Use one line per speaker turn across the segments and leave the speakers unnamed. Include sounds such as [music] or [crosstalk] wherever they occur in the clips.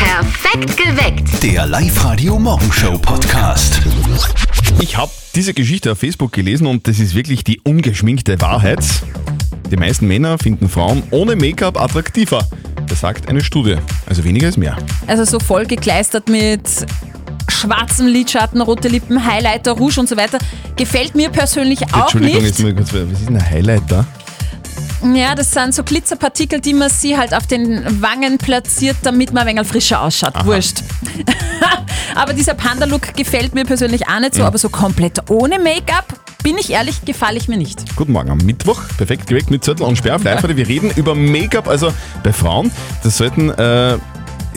Perfekt geweckt.
Der Live-Radio Morgenshow Podcast.
Ich habe diese Geschichte auf Facebook gelesen und das ist wirklich die ungeschminkte Wahrheit. Die meisten Männer finden Frauen ohne Make-up attraktiver. Das sagt eine Studie. Also weniger ist mehr.
Also so voll gekleistert mit schwarzem Lidschatten, rote Lippen, Highlighter, Rouge und so weiter. Gefällt mir persönlich auch
Entschuldigung,
nicht.
jetzt mal kurz, was ist denn ein Highlighter?
Ja, das sind so Glitzerpartikel, die man sie halt auf den Wangen platziert, damit man ein wenig frischer ausschaut. Wurscht. [laughs] aber dieser Panda-Look gefällt mir persönlich auch nicht so, aber so komplett ohne Make-up, bin ich ehrlich, gefalle ich mir nicht.
Guten Morgen am Mittwoch. Perfekt geweckt mit Zettel und Sperr. auf Live Radio. Wir reden über Make-up, also bei Frauen. Das sollten äh,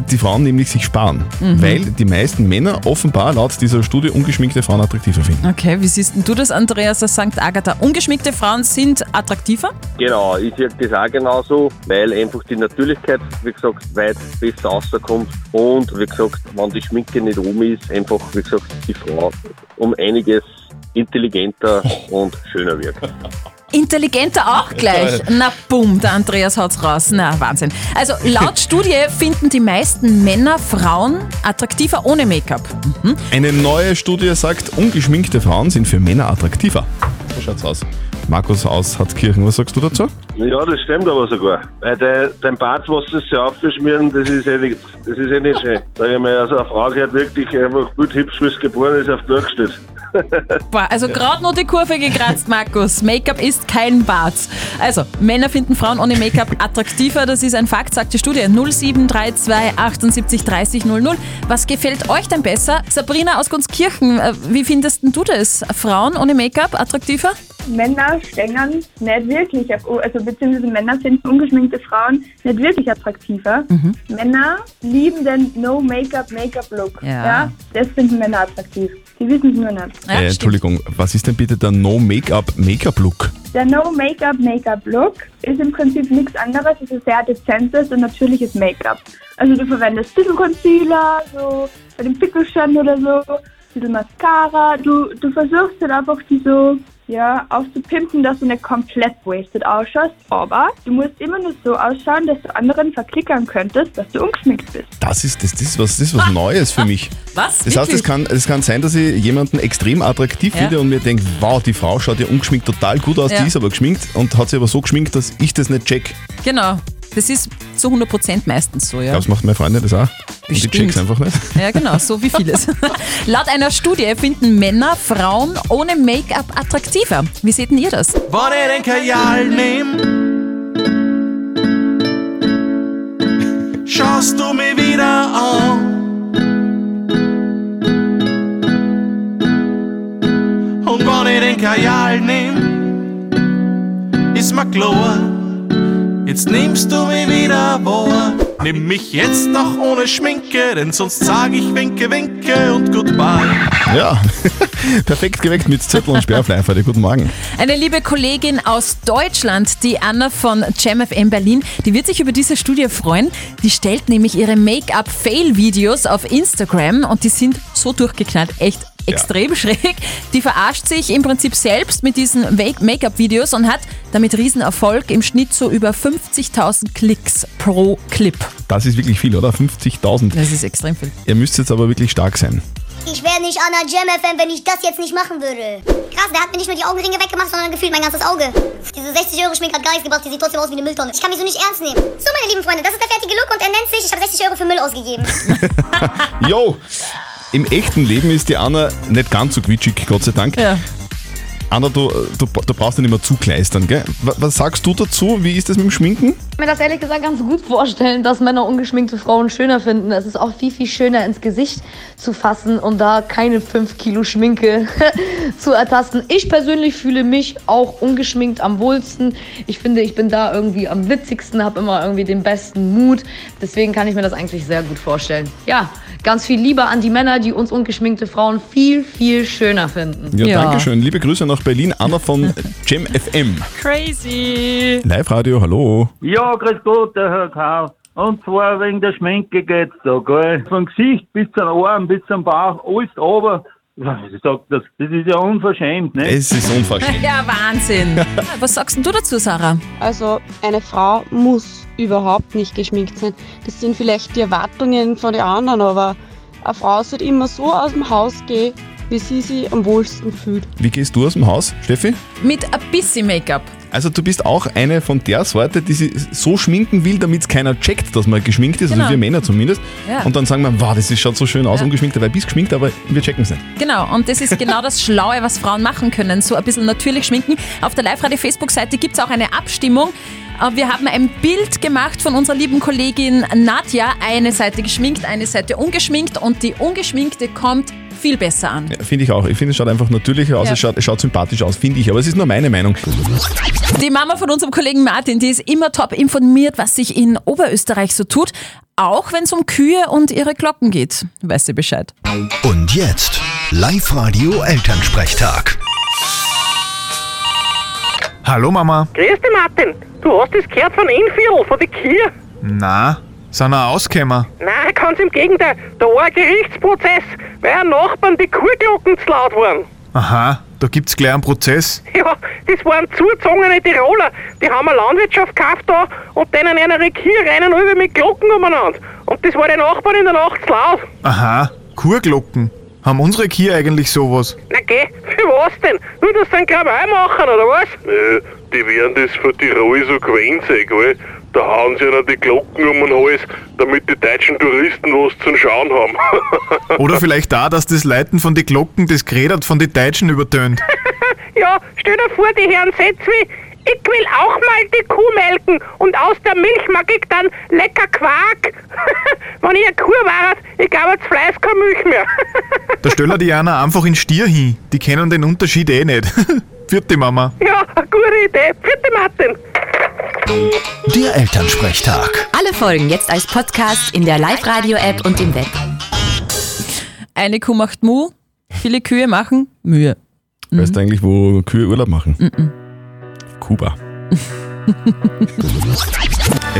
die Frauen nämlich sich sparen,
Mhm.
weil die meisten Männer offenbar laut dieser Studie ungeschminkte Frauen attraktiver finden.
Okay, wie siehst denn du das, Andreas, aus St. Agatha? Ungeschminkte Frauen sind attraktiver?
Genau, ich sehe das auch genauso, weil einfach die Natürlichkeit, wie gesagt, weit besser rauskommt. Und wie gesagt, wenn die Schminke nicht oben ist, einfach, wie gesagt, die Frau um einiges intelligenter und schöner wirkt.
Intelligenter auch gleich. Na bumm, der Andreas haut's raus. Na Wahnsinn. Also
[laughs]
laut Studie finden die meisten Männer Frauen attraktiver ohne Make-up.
Eine neue Studie sagt, ungeschminkte Frauen sind für Männer attraktiver. So schaut's aus. Markus aus Hartkirchen, was sagst du dazu?
Ja, das stimmt aber sogar. Weil de, dein Bart, was das so aufzuschmieren, das ist eh nichts. Das ist eh nicht schön. Sag ich mal, also eine Frau gehört wirklich einfach gut hübsch, wie es geboren ist, auf den Tag steht.
Boah, also gerade nur die Kurve gekratzt, Markus. Make-up ist kein Bart. Also, Männer finden Frauen ohne Make-up attraktiver. Das ist ein Fakt, sagt die Studie. 0732 78 30 00. Was gefällt euch denn besser? Sabrina aus Gunskirchen, äh, wie findest denn du das? Frauen ohne Make-up attraktiver?
Männer stengern nicht wirklich, ab- also beziehungsweise Männer finden ungeschminkte Frauen nicht wirklich attraktiver. Männer lieben den No-Make-up-Make-up-Look.
Ja.
Das finden Männer attraktiv. Die wissen es nur nicht.
Ja,
äh,
stimmt.
Entschuldigung, was ist denn bitte der No-Make-up-Make-up-Look?
Der No-Make-up-Make-up-Look ist im Prinzip nichts anderes. Es ist sehr dezentes und natürliches Make-up. Also du verwendest ein bisschen Concealer, so bei den Pickelschatten oder so, ein bisschen Mascara. Du, du versuchst dann einfach die so ja, aufzupimpen, dass du nicht komplett wasted ausschaust. Aber du musst immer nur so ausschauen, dass du anderen verklickern könntest, dass du ungeschminkt bist.
Das ist, das, das, ist was, das ist was Neues für
[laughs]
mich.
Was?
Das heißt,
Ah. Wirklich?
es kann, es kann sein, dass ich jemanden extrem attraktiv
Ja.
finde und mir denke, wow, die Frau schaut ja ungeschminkt total gut aus,
Ja.
die ist aber geschminkt und hat sie aber so geschminkt, dass ich das nicht check.
Genau. Das ist zu 100% meistens so, ja.
Das macht meine Freundin das auch. Und ich
Bestimmt.
check's einfach
[laughs]
nicht.
Ja, genau, so wie vieles. Laut einer Studie finden Männer Frauen ohne Make-up attraktiver. Wie seht denn ihr das?
schaust du mir wieder an. Und wenn ich den Kajal nehm, ist mir klar, jetzt nimmst du mich wieder wahr. Nimm mich jetzt noch ohne Schminke, denn sonst sag ich Winke, Winke und Goodbye.
Ja, [laughs] perfekt geweckt mit Zettel und Sperrfleifer. Guten Morgen.
Eine liebe Kollegin aus Deutschland, die Anna von GemFM Berlin, die wird sich über diese Studie freuen. Die stellt nämlich ihre Make-up-Fail-Videos auf Instagram und die sind so durchgeknallt, echt extrem [laughs] schräg. Die verarscht sich im Prinzip selbst mit diesen Wake- Make-up-Videos und hat damit Riesenerfolg, im Schnitt so über 50.000 Klicks pro Clip.
Das ist wirklich viel, oder? 50.000.
Das ist extrem viel.
Ihr müsst jetzt aber wirklich stark sein.
Ich wäre nicht Anna Jam FM, wenn ich das jetzt nicht machen würde. Krass, der hat mir nicht nur die Augenringe weggemacht, sondern gefühlt mein ganzes Auge. Diese 60 Euro Schminke hat gar nichts gebracht, die sieht trotzdem aus wie eine Mülltonne. Ich kann mich so nicht ernst nehmen. So, meine lieben Freunde, das ist der fertige Look und er nennt sich, ich habe 60 Euro für Müll ausgegeben.
Jo! Im echten Leben ist die Anna nicht ganz so quitschig, Gott sei Dank.
Ja.
Anna, du, du, du brauchst ja nicht mehr zukleistern, gell? Wa- Was sagst du dazu? Wie ist das mit dem Schminken?
kann mir das ehrlich gesagt ganz gut vorstellen, dass Männer ungeschminkte Frauen schöner finden. Es ist auch viel, viel schöner ins Gesicht zu fassen und da keine 5 Kilo Schminke zu ertasten. Ich persönlich fühle mich auch ungeschminkt am wohlsten. Ich finde, ich bin da irgendwie am witzigsten, habe immer irgendwie den besten Mut. Deswegen kann ich mir das eigentlich sehr gut vorstellen. Ja, ganz viel Liebe an die Männer, die uns ungeschminkte Frauen viel, viel schöner finden.
Ja,
Ja.
danke schön. Liebe Grüße nach Berlin, Anna
[laughs]
von Gem FM.
Crazy.
Live-Radio, hallo.
Ja, grüß Gott, der Herr Kau. Und zwar wegen der Schminke geht's da, gell? Vom Gesicht bis zum Arm, bis zum Bauch, alles aber. Ich sag, das, das ist ja unverschämt, ne?
Es ist unverschämt.
Ja,
[laughs]
Wahnsinn. Ja, Was sagst denn du dazu, Sarah?
Also eine Frau muss überhaupt nicht geschminkt sein. Das sind vielleicht die Erwartungen von den anderen, aber eine Frau sollte immer so aus dem Haus gehen, wie sie sich am wohlsten fühlt.
Wie gehst du aus dem Haus, Steffi?
Mit ein bisschen Make-up.
Also du bist auch eine von der Sorte, die sie so schminken will, damit es keiner checkt, dass man geschminkt ist,
Genau.
also wir Männer zumindest.
Ja.
Und dann sagen wir, wow, das ist- schaut so schön aus, ungeschminkt, dabei bist geschminkt, aber wir checken es nicht.
Genau, und das ist genau das Schlaue, was Frauen machen können. So ein bisschen natürlich schminken. Auf der Live-Radio-Facebook-Seite gibt es auch eine Abstimmung. Äh, Wir haben ein Bild gemacht von unserer lieben Kollegin Nadja. Eine Seite geschminkt, eine Seite ungeschminkt und die ungeschminkte kommt viel besser an.
Finde ich auch. Ich finde, es schaut einfach natürlicher aus,
Ja.
es, schaut, es schaut sympathisch aus, finde ich. Aber es ist nur meine Meinung.
Die Mama von unserem Kollegen Martin, die ist immer top informiert, was sich in Oberösterreich so tut. Auch wenn es um Kühe und ihre Glocken geht. Weißt du Bescheid?
Und jetzt Live-Radio Elternsprechtag.
Hallo Mama.
Grüß dich, Martin. Du hast es gehört von Invierl, von der Kier.
Na, sind wir ausgekommen?
Nein, ganz im Gegenteil. Da war ein Gerichtsprozess, weil ein Nachbarn die Kuhglocken zu laut waren.
Aha, da gibt's gleich einen Prozess.
Ja, das waren zugezogene Tiroler. Die haben eine Landwirtschaft gekauft da und denen eine Kier rennen über mit Glocken umeinander. Und das war der Nachbarn in der Nacht zu laut.
Aha, Kurglocken. Haben unsere Kier eigentlich sowas?
Na geh, für was denn? Nur, dass sie einen Krawall machen, oder was?
Äh, die werden das für Tirol so gewöhnt sein, gell? Da hauen sie ihnen die Glocken um den Hals, damit die deutschen Touristen was zum Schauen haben.
Oder vielleicht da, dass das Leiten von den Glocken das Gredert von den Deutschen übertönt.
Ja, stell dir vor, die Herren Sätze wie, ich will auch mal die Kuh melken und aus der Milch mag ich dann lecker Quark. [laughs] Wenn ich eine Kuh war, ich gab jetzt Fleiß keine Milch mehr.
Da stellen die einer einfach in Stier hin. Die kennen den Unterschied eh nicht. [laughs] Vierte Mama.
ja, eine gute Idee. Vierte eh? Martin.
Der Elternsprechtag.
Alle Folgen jetzt als Podcast in der Live-Radio-App und im Web.
Eine Kuh macht Mu, viele Kühe machen Mühe.
Mhm. Weißt du eigentlich, wo Kühe Urlaub machen? Kuba. [laughs]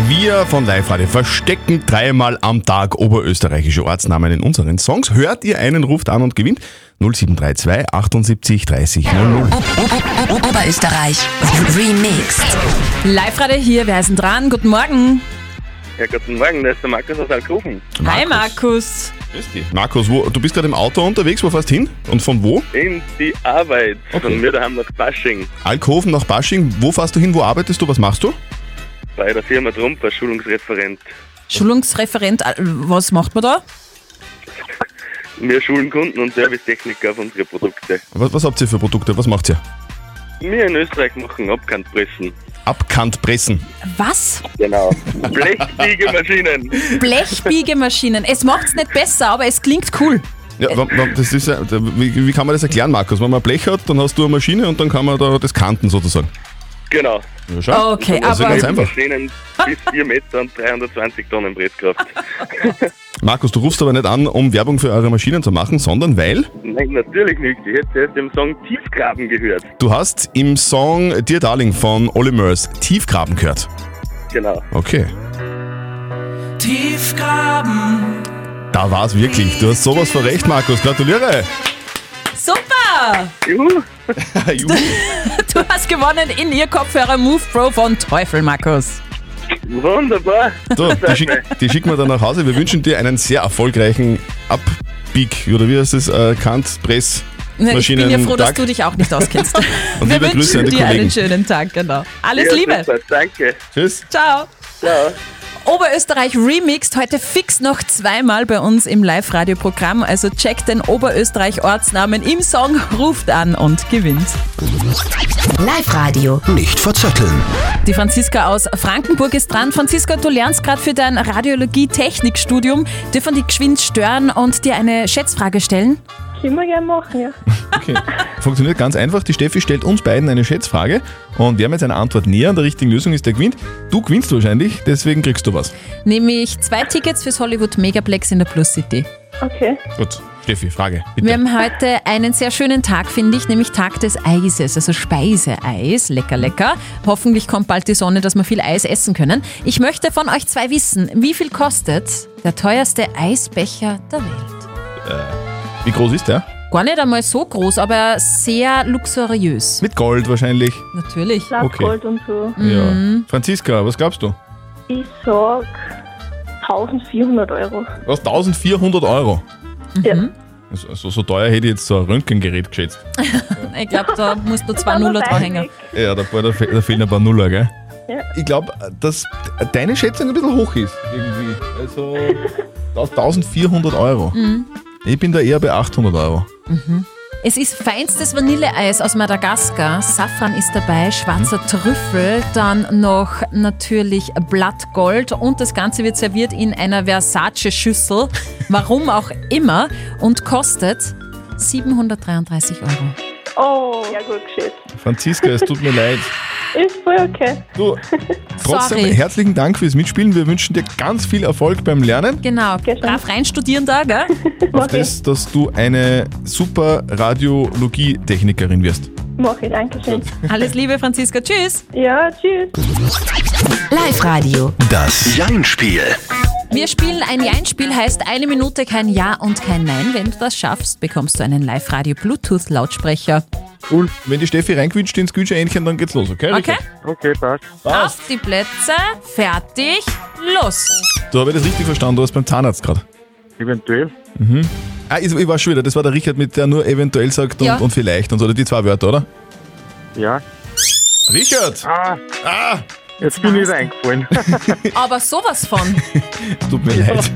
Wir von Live Radio verstecken dreimal am Tag oberösterreichische Ortsnamen in unseren Songs. Hört ihr einen, ruft an und gewinnt 0732 78 30 00.
Oberösterreich. Remixed.
Live-Radio hier, wir heißen dran. Guten Morgen.
Ja, guten Morgen, da ist der Markus aus Alkoven.
Hi Markus.
Grüß dich.
Markus, wo, du bist gerade im Auto unterwegs, wo fährst hin? Und von wo?
In die Arbeit. Von mir daheim nach Basching.
Alkoven nach Basching. Wo fährst du hin? Wo arbeitest du? Was machst du?
Bei der Firma Trumper, Schulungsreferent.
Schulungsreferent, äh, was macht man da?
Wir schulen Kunden und Servicetechniker auf unsere Produkte.
Was, was habt ihr für Produkte? Was macht ihr?
Wir in Österreich machen Abkantpressen.
Abkantpressen.
Was?
Genau. Blechbiegemaschinen.
Blechbiegemaschinen. Es macht's nicht besser, aber es klingt cool.
Ja, wa- wa- das ist, ja- wie, wie kann man das erklären, Markus? Wenn man Blech hat, dann hast du eine Maschine und dann kann man da das kanten sozusagen.
Genau.
Ja, schau.
Okay,
also
aber-
ganz einfach.
Maschinen bis 4 Meter und 320 Tonnen Brettkraft.
Markus, du rufst aber nicht an, um Werbung für eure Maschinen zu machen, sondern weil
Nein, natürlich nicht. Ich hätte jetzt im Song Tiefgraben gehört.
du hast im Song Dear Darling von Olly Murs Tiefgraben gehört.
Genau.
Okay,
Tiefgraben.
da war's wirklich. Du hast sowas vor Recht, Markus. Gratuliere.
Super!
Juhu.
Du hast gewonnen in ihr Kopfhörer Move Pro von Teufel, Markus.
Wunderbar.
So, die, schick, die schicken wir dann nach Hause. Wir wünschen dir einen sehr erfolgreichen Abbieg, oder wie heißt es, äh, Kantpress.
Na, Ne, Ich bin ja froh, dass
Maschinentag.
du dich auch nicht auskennst.
Und
Wir
liebe
wünschen
Grüße an die
dir einen
Kollegen.
schönen Tag, genau. Alles
Ja,
Liebe.
super. Danke.
Tschüss.
Ciao. Oberösterreich Remixed heute fix noch zweimal bei uns im Live-Radio-Programm. Also checkt den Oberösterreich-Ortsnamen im Song, ruft an und gewinnt.
Live-Radio.
Nicht verzetteln.
Die Franziska aus Frankenburg ist dran. Franziska, du lernst gerade für dein Radiologie-Technikstudium. Dürfen die geschwind stören und dir eine Schätzfrage stellen?
Können wir gerne machen, ja.
Okay. Funktioniert ganz einfach. Die Steffi stellt uns beiden eine Schätzfrage und wer mir jetzt eine Antwort näher an der richtigen Lösung ist, der gewinnt. Du gewinnst wahrscheinlich, deswegen kriegst du was.
Nämlich zwei Tickets fürs Hollywood Megaplex in der Plus City.
Okay.
Gut, Steffi, Frage.
Wir haben heute einen sehr schönen Tag, finde ich, nämlich Tag des Eises, also Speiseeis. Lecker, lecker. Hoffentlich kommt bald die Sonne, dass wir viel Eis essen können. Ich möchte von euch zwei wissen, wie viel kostet der teuerste Eisbecher der Welt?
Wie groß ist der?
Gar nicht einmal so groß, aber sehr luxuriös.
Mit Gold wahrscheinlich.
Natürlich.
Blattgold
und so.
Ja. Franziska, was glaubst du?
Ich sag 1400 Euro.
Was? 1400 Euro.
Ja.
Also, so- so teuer hätte ich jetzt so ein Röntgengerät geschätzt.
Ich glaube, da musst du zwei Nuller dranhängen.
Ja, da, da, fe- da fehlen ein paar Nuller, gell?
Ja.
Ich glaube, dass deine Schätzung ein bisschen hoch ist, irgendwie. Also 1400 Euro.
Mhm.
Ich bin da eher bei 800 Euro.
Es ist feinstes Vanilleeis aus Madagaskar, Safran ist dabei, schwarzer Trüffel, dann noch natürlich Blattgold und das Ganze wird serviert in einer Versace-Schüssel, warum auch immer, und kostet 733 Euro.
Oh. Ja, gut geschätzt.
Franziska, es tut mir leid.
Ist voll okay.
Du, Trotzdem herzlichen Dank fürs Mitspielen. Wir wünschen dir ganz viel Erfolg beim Lernen.
Genau, brav reinstudieren da, gell?
Auf das, dass du eine super Radiologietechnikerin wirst.
Mach ich, danke schön. Alles Liebe, Franziska, tschüss.
Ja, tschüss.
Live-Radio.
Das Jein-Spiel.
Wir spielen ein Jein-Spiel, heißt eine Minute kein Ja und kein Nein. Wenn du das schaffst, bekommst du einen Live-Radio-Bluetooth-Lautsprecher.
Cool. Wenn die Steffi reinquitscht ins Gütscheinchen, dann geht's los, okay?
Okay.
Okay, passt.
Auf die Plätze, fertig, los!
Du habe ich das richtig verstanden, du warst beim Zahnarzt gerade. Eventuell. Mhm. Ah, ich, ich war schon wieder, das war der Richard, mit der nur eventuell sagt und,
Ja.
und vielleicht und so, oder die zwei Wörter, oder?
Ja.
Richard!
Ah!
Ah!
Jetzt bin ich reingefallen. [laughs]
Aber sowas [laughs] von.
Tut mir leid.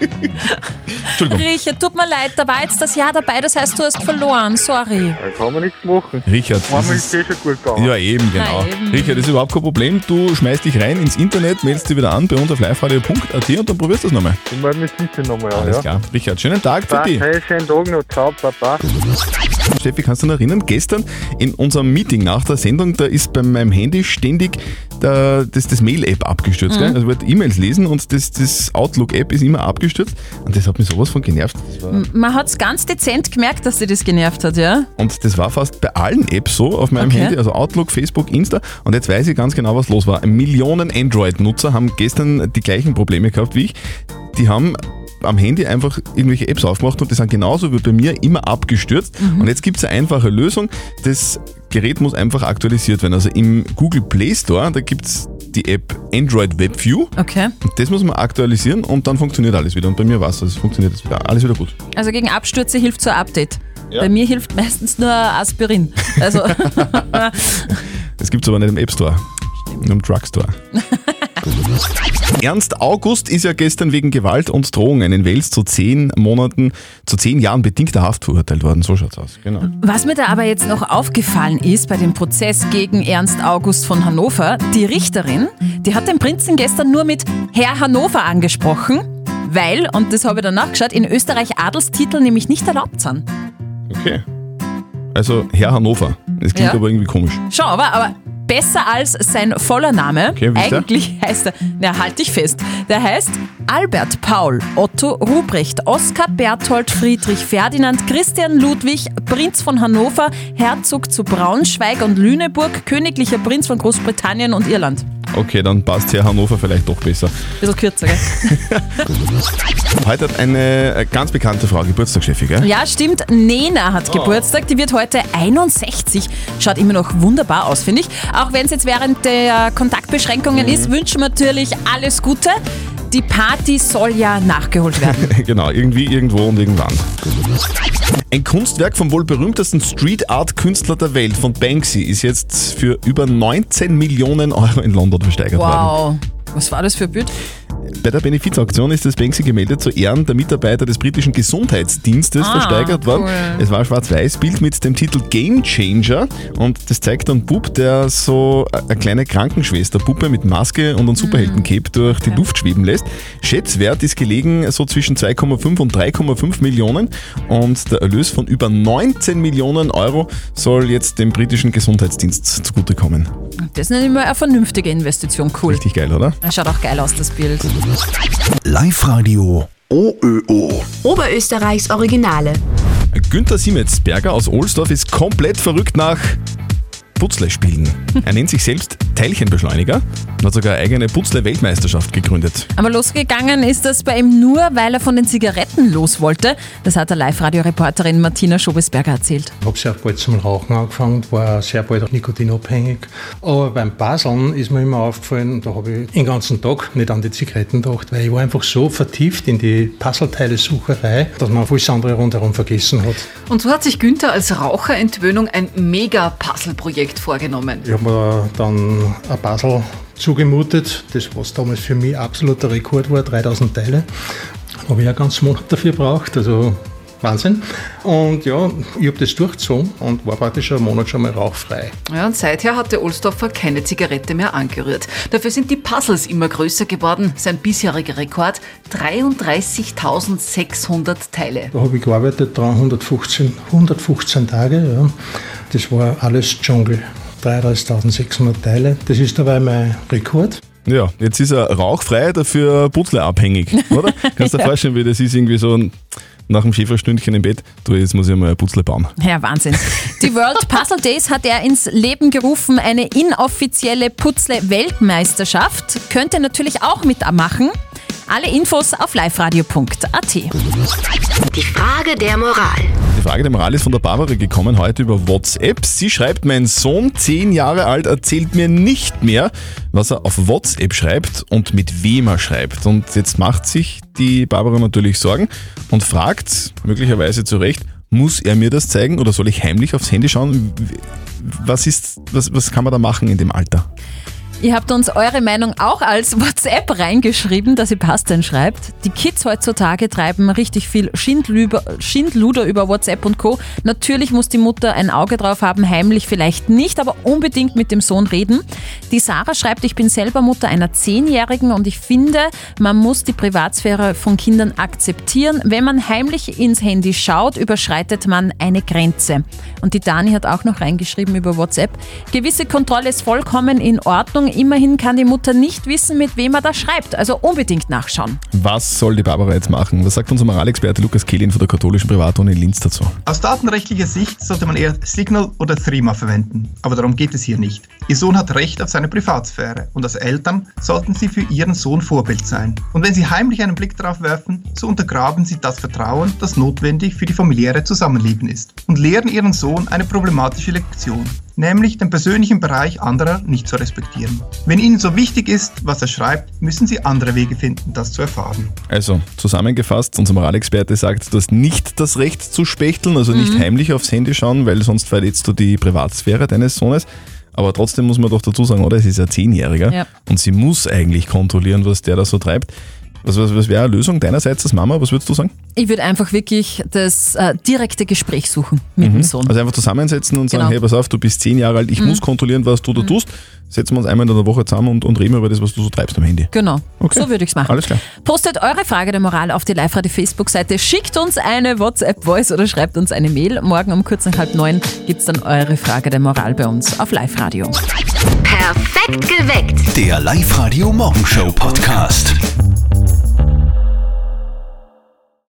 [laughs] Entschuldigung.
Richard, tut mir leid, da war jetzt das Ja dabei, das heißt, du hast verloren, sorry.
Da kann man nichts machen.
Richard, das
Einmal ist
ist-
eh schon gut gegangen.
Ja, eben, genau.
Na, eben.
Richard, das ist überhaupt kein Problem. Du schmeißt dich rein ins Internet, meldest dich wieder an bei uns auf liveradio.at und dann probierst du es nochmal.
Ich melde mich sicher nochmal an.
Alles
ja.
klar. Richard, schönen Tag für dich.
Danke, schönen Tag noch. Ciao, Papa.
Steffi, kannst du dich erinnern, gestern in unserem Meeting nach der Sendung, da ist bei meinem Handy ständig der, das, das Mail-App abgestürzt.
Mhm.
Gell? Also ich wollte E-Mails lesen und das, das Outlook-App ist immer abgestürzt. Und das hat mich sowas von genervt. Das war
M- Man hat's ganz dezent gemerkt, dass dir das genervt hat, ja?
und das war fast bei allen Apps so auf meinem
Okay.
Handy, also Outlook, Facebook, Insta. Und jetzt weiß ich ganz genau, was los war. Millionen Android-Nutzer haben gestern die gleichen Probleme gehabt wie ich. Die haben am Handy einfach irgendwelche Apps aufgemacht und die sind genauso wie bei mir immer abgestürzt. Und jetzt gibt es eine einfache Lösung. Das Gerät muss einfach aktualisiert werden. Also im Google Play Store, da gibt es die App Android Web View.
Okay.
Das muss man aktualisieren und dann funktioniert alles wieder. Und bei mir war es, es funktioniert jetzt wieder, alles wieder gut.
Also gegen Abstürze hilft so ein Update.
Ja.
Bei mir hilft meistens nur Aspirin. Also,
Das gibt es aber nicht im App Store, nur im Drugstore. Ernst August ist ja gestern wegen Gewalt und Drohungen in Wels zu zehn Monaten, zu zehn Jahren bedingter Haft verurteilt worden. So schaut's aus. Genau.
was mir da aber jetzt noch aufgefallen ist bei dem Prozess gegen Ernst August von Hannover, die Richterin, die hat den Prinzen gestern nur mit Herr Hannover angesprochen, weil, und das habe ich danach geschaut, in Österreich Adelstitel nämlich nicht erlaubt sind.
Okay. Also Herr Hannover. Das klingt
Ja.
aber irgendwie komisch.
Schau, aber, aber besser als sein voller Name.
Okay, wie ist der?
Eigentlich heißt er, na halt dich fest, der heißt Albert Paul Otto Ruprecht Oskar Berthold Friedrich Ferdinand Christian Ludwig Prinz von Hannover Herzog zu Braunschweig und Lüneburg Königlicher Prinz von Großbritannien und Irland.
Okay, dann passt Herr Hannover vielleicht doch besser.
Bisschen kürzer, gell?
Heute hat eine äh, ganz bekannte Frau Geburtstag, Steffi, gell?
Ja, stimmt. Nena hat
Oh.
Geburtstag. Die wird heute 61. Schaut immer noch wunderbar aus, finde ich. Auch wenn es jetzt während der Kontaktbeschränkungen
Mhm.
ist, wünschen wir natürlich alles Gute. Die Party soll ja nachgeholt werden.
[laughs] genau, irgendwie, irgendwo und irgendwann. Ein Kunstwerk vom wohl berühmtesten Street Art Künstler der Welt, von Banksy, ist jetzt für über 19 Millionen Euro in London versteigert worden.
Wow. Was war das für ein Bild?
Bei der Benefizaktion ist das Banksy gemeldet zu Ehren der Mitarbeiter des britischen Gesundheitsdienstes
Ah,
versteigert worden.
cool.
Es war ein schwarz-weiß Bild mit dem Titel Game Changer und das zeigt einen Bub, der so eine kleine Krankenschwesterpuppe mit Maske
Mhm.
und einem Superheldencape durch die Luft schweben lässt. Schätzwert ist gelegen so zwischen 2,5 und 3,5 Millionen und der Erlös von über 19 Millionen Euro soll jetzt dem britischen Gesundheitsdienst zugutekommen.
Das ist nicht immer eine vernünftige Investition. Cool.
Richtig geil, oder?
Das Schaut auch geil aus, das Bild.
Live-Radio OÖO.
Oberösterreichs Originale.
Günther Siemensberger aus Ohlsdorf ist komplett verrückt nach Putzle spielen. Er nennt sich selbst Teilchenbeschleuniger und hat sogar eine eigene Putzle-Weltmeisterschaft gegründet.
Aber losgegangen ist das bei ihm nur, weil er von den Zigaretten los wollte. Das hat der Live-Radio-Reporterin Martina Schobesberger erzählt.
Ich habe sehr bald zum Rauchen angefangen, war sehr bald nikotinabhängig. Aber beim Baseln ist mir immer aufgefallen, da habe ich den ganzen Tag nicht an die Zigaretten gedacht, weil ich war einfach so vertieft in die Puzzleteile-Sucherei, dass man alles andere rundherum vergessen hat.
Und so hat sich Günther als Raucherentwöhnung ein Mega-Puzzle-Projekt vorgenommen.
Ich habe mir dann ein Puzzle zugemutet, das was damals für mich absoluter Rekord war, 3000 Teile. Habe ich einen ganzen Monat dafür gebraucht, also Wahnsinn. Und ja, ich habe das durchgezogen und war praktisch einen Monat schon mal rauchfrei.
Ja, und seither hat der Ohlsdorfer keine Zigarette mehr angerührt. Dafür sind die Puzzles immer größer geworden. Sein bisheriger Rekord 33.600 Teile.
Da habe ich gearbeitet, dran 115, 115 Tage. Ja. Das war alles Dschungel. 33.600 Teile. Das ist dabei mein Rekord.
Ja, jetzt ist er rauchfrei, dafür Putzle abhängig, oder? Kannst du dir
Ja.
vorstellen, wie das ist, irgendwie so ein, nach dem Schäferstündchen im Bett, du, jetzt muss ich mal ein Putzle bauen.
Ja, Wahnsinn. Die World Puzzle Days hat er ins Leben gerufen, eine inoffizielle Putzle-Weltmeisterschaft. Könnt ihr natürlich auch mitmachen. Alle Infos auf liveradio.at.
Die Frage der Moral.
Die Frage der Moral ist von der Barbara gekommen heute über WhatsApp. Sie schreibt, mein Sohn, 10 Jahre alt, erzählt mir nicht mehr, was er auf WhatsApp schreibt und mit wem er schreibt. Und jetzt macht sich die Barbara natürlich Sorgen und fragt, möglicherweise zu Recht, muss er mir das zeigen oder soll ich heimlich aufs Handy schauen? Was, ist, was, was kann man da machen in dem Alter?
Ihr habt uns eure Meinung auch als WhatsApp reingeschrieben, dass ihr Pasten schreibt. Die Kids heutzutage treiben richtig viel Schindlüber, Schindluder über WhatsApp und Co. Natürlich muss die Mutter ein Auge drauf haben, heimlich vielleicht nicht, aber unbedingt mit dem Sohn reden. Die Sarah schreibt, ich bin selber Mutter einer Zehnjährigen und ich finde, man muss die Privatsphäre von Kindern akzeptieren. Wenn man heimlich ins Handy schaut, überschreitet man eine Grenze. Und die Dani hat auch noch reingeschrieben über WhatsApp. Gewisse Kontrolle ist vollkommen in Ordnung. Immerhin kann die Mutter nicht wissen, mit wem er da schreibt. Also unbedingt nachschauen.
Was soll die Barbara jetzt machen? Was sagt unser Moralexperte Lukas Kehlin von der katholischen Privatuni Linz dazu?
Aus datenrechtlicher Sicht sollte man eher Signal oder Threema verwenden, aber darum geht es hier nicht. Ihr Sohn hat Recht auf seine Privatsphäre und als Eltern sollten Sie für Ihren Sohn Vorbild sein. Und wenn Sie heimlich einen Blick darauf werfen, so untergraben Sie das Vertrauen, das notwendig für die familiäre Zusammenleben ist und lehren Ihren Sohn eine problematische Lektion, nämlich den persönlichen Bereich anderer nicht zu respektieren. Wenn Ihnen so wichtig ist, was er schreibt, müssen Sie andere Wege finden, das zu erfahren.
Also, zusammengefasst, unser Moralexperte sagt, du hast nicht das Recht zu spechteln, also nicht
Mhm.
heimlich aufs Handy schauen, weil sonst verletzt du die Privatsphäre deines Sohnes. Aber trotzdem muss man doch dazu sagen, oder? Es ist ein Zehnjähriger
Ja.
und sie muss eigentlich kontrollieren, was der da so treibt. Was, was, was wäre eine Lösung deinerseits als Mama? Was würdest du sagen?
Ich würde einfach wirklich das äh, direkte Gespräch suchen mit
Mhm.
dem Sohn.
Also einfach zusammensetzen und sagen,
Genau.
hey, pass auf, du bist zehn Jahre alt, ich
Mhm.
muss kontrollieren, was du da tust. Setzen wir uns einmal in der Woche zusammen und, und reden über das, was du so treibst am Handy.
Genau,
Okay.
so würde ich es machen.
Alles klar.
Postet eure Frage der Moral auf die Live-Radio-Facebook-Seite, schickt uns eine WhatsApp-Voice oder schreibt uns eine Mail. Morgen um kurz nach halb neun gibt es dann eure Frage der Moral bei uns auf Live-Radio.
Perfekt geweckt.
Der Live-Radio Morgenshow Podcast.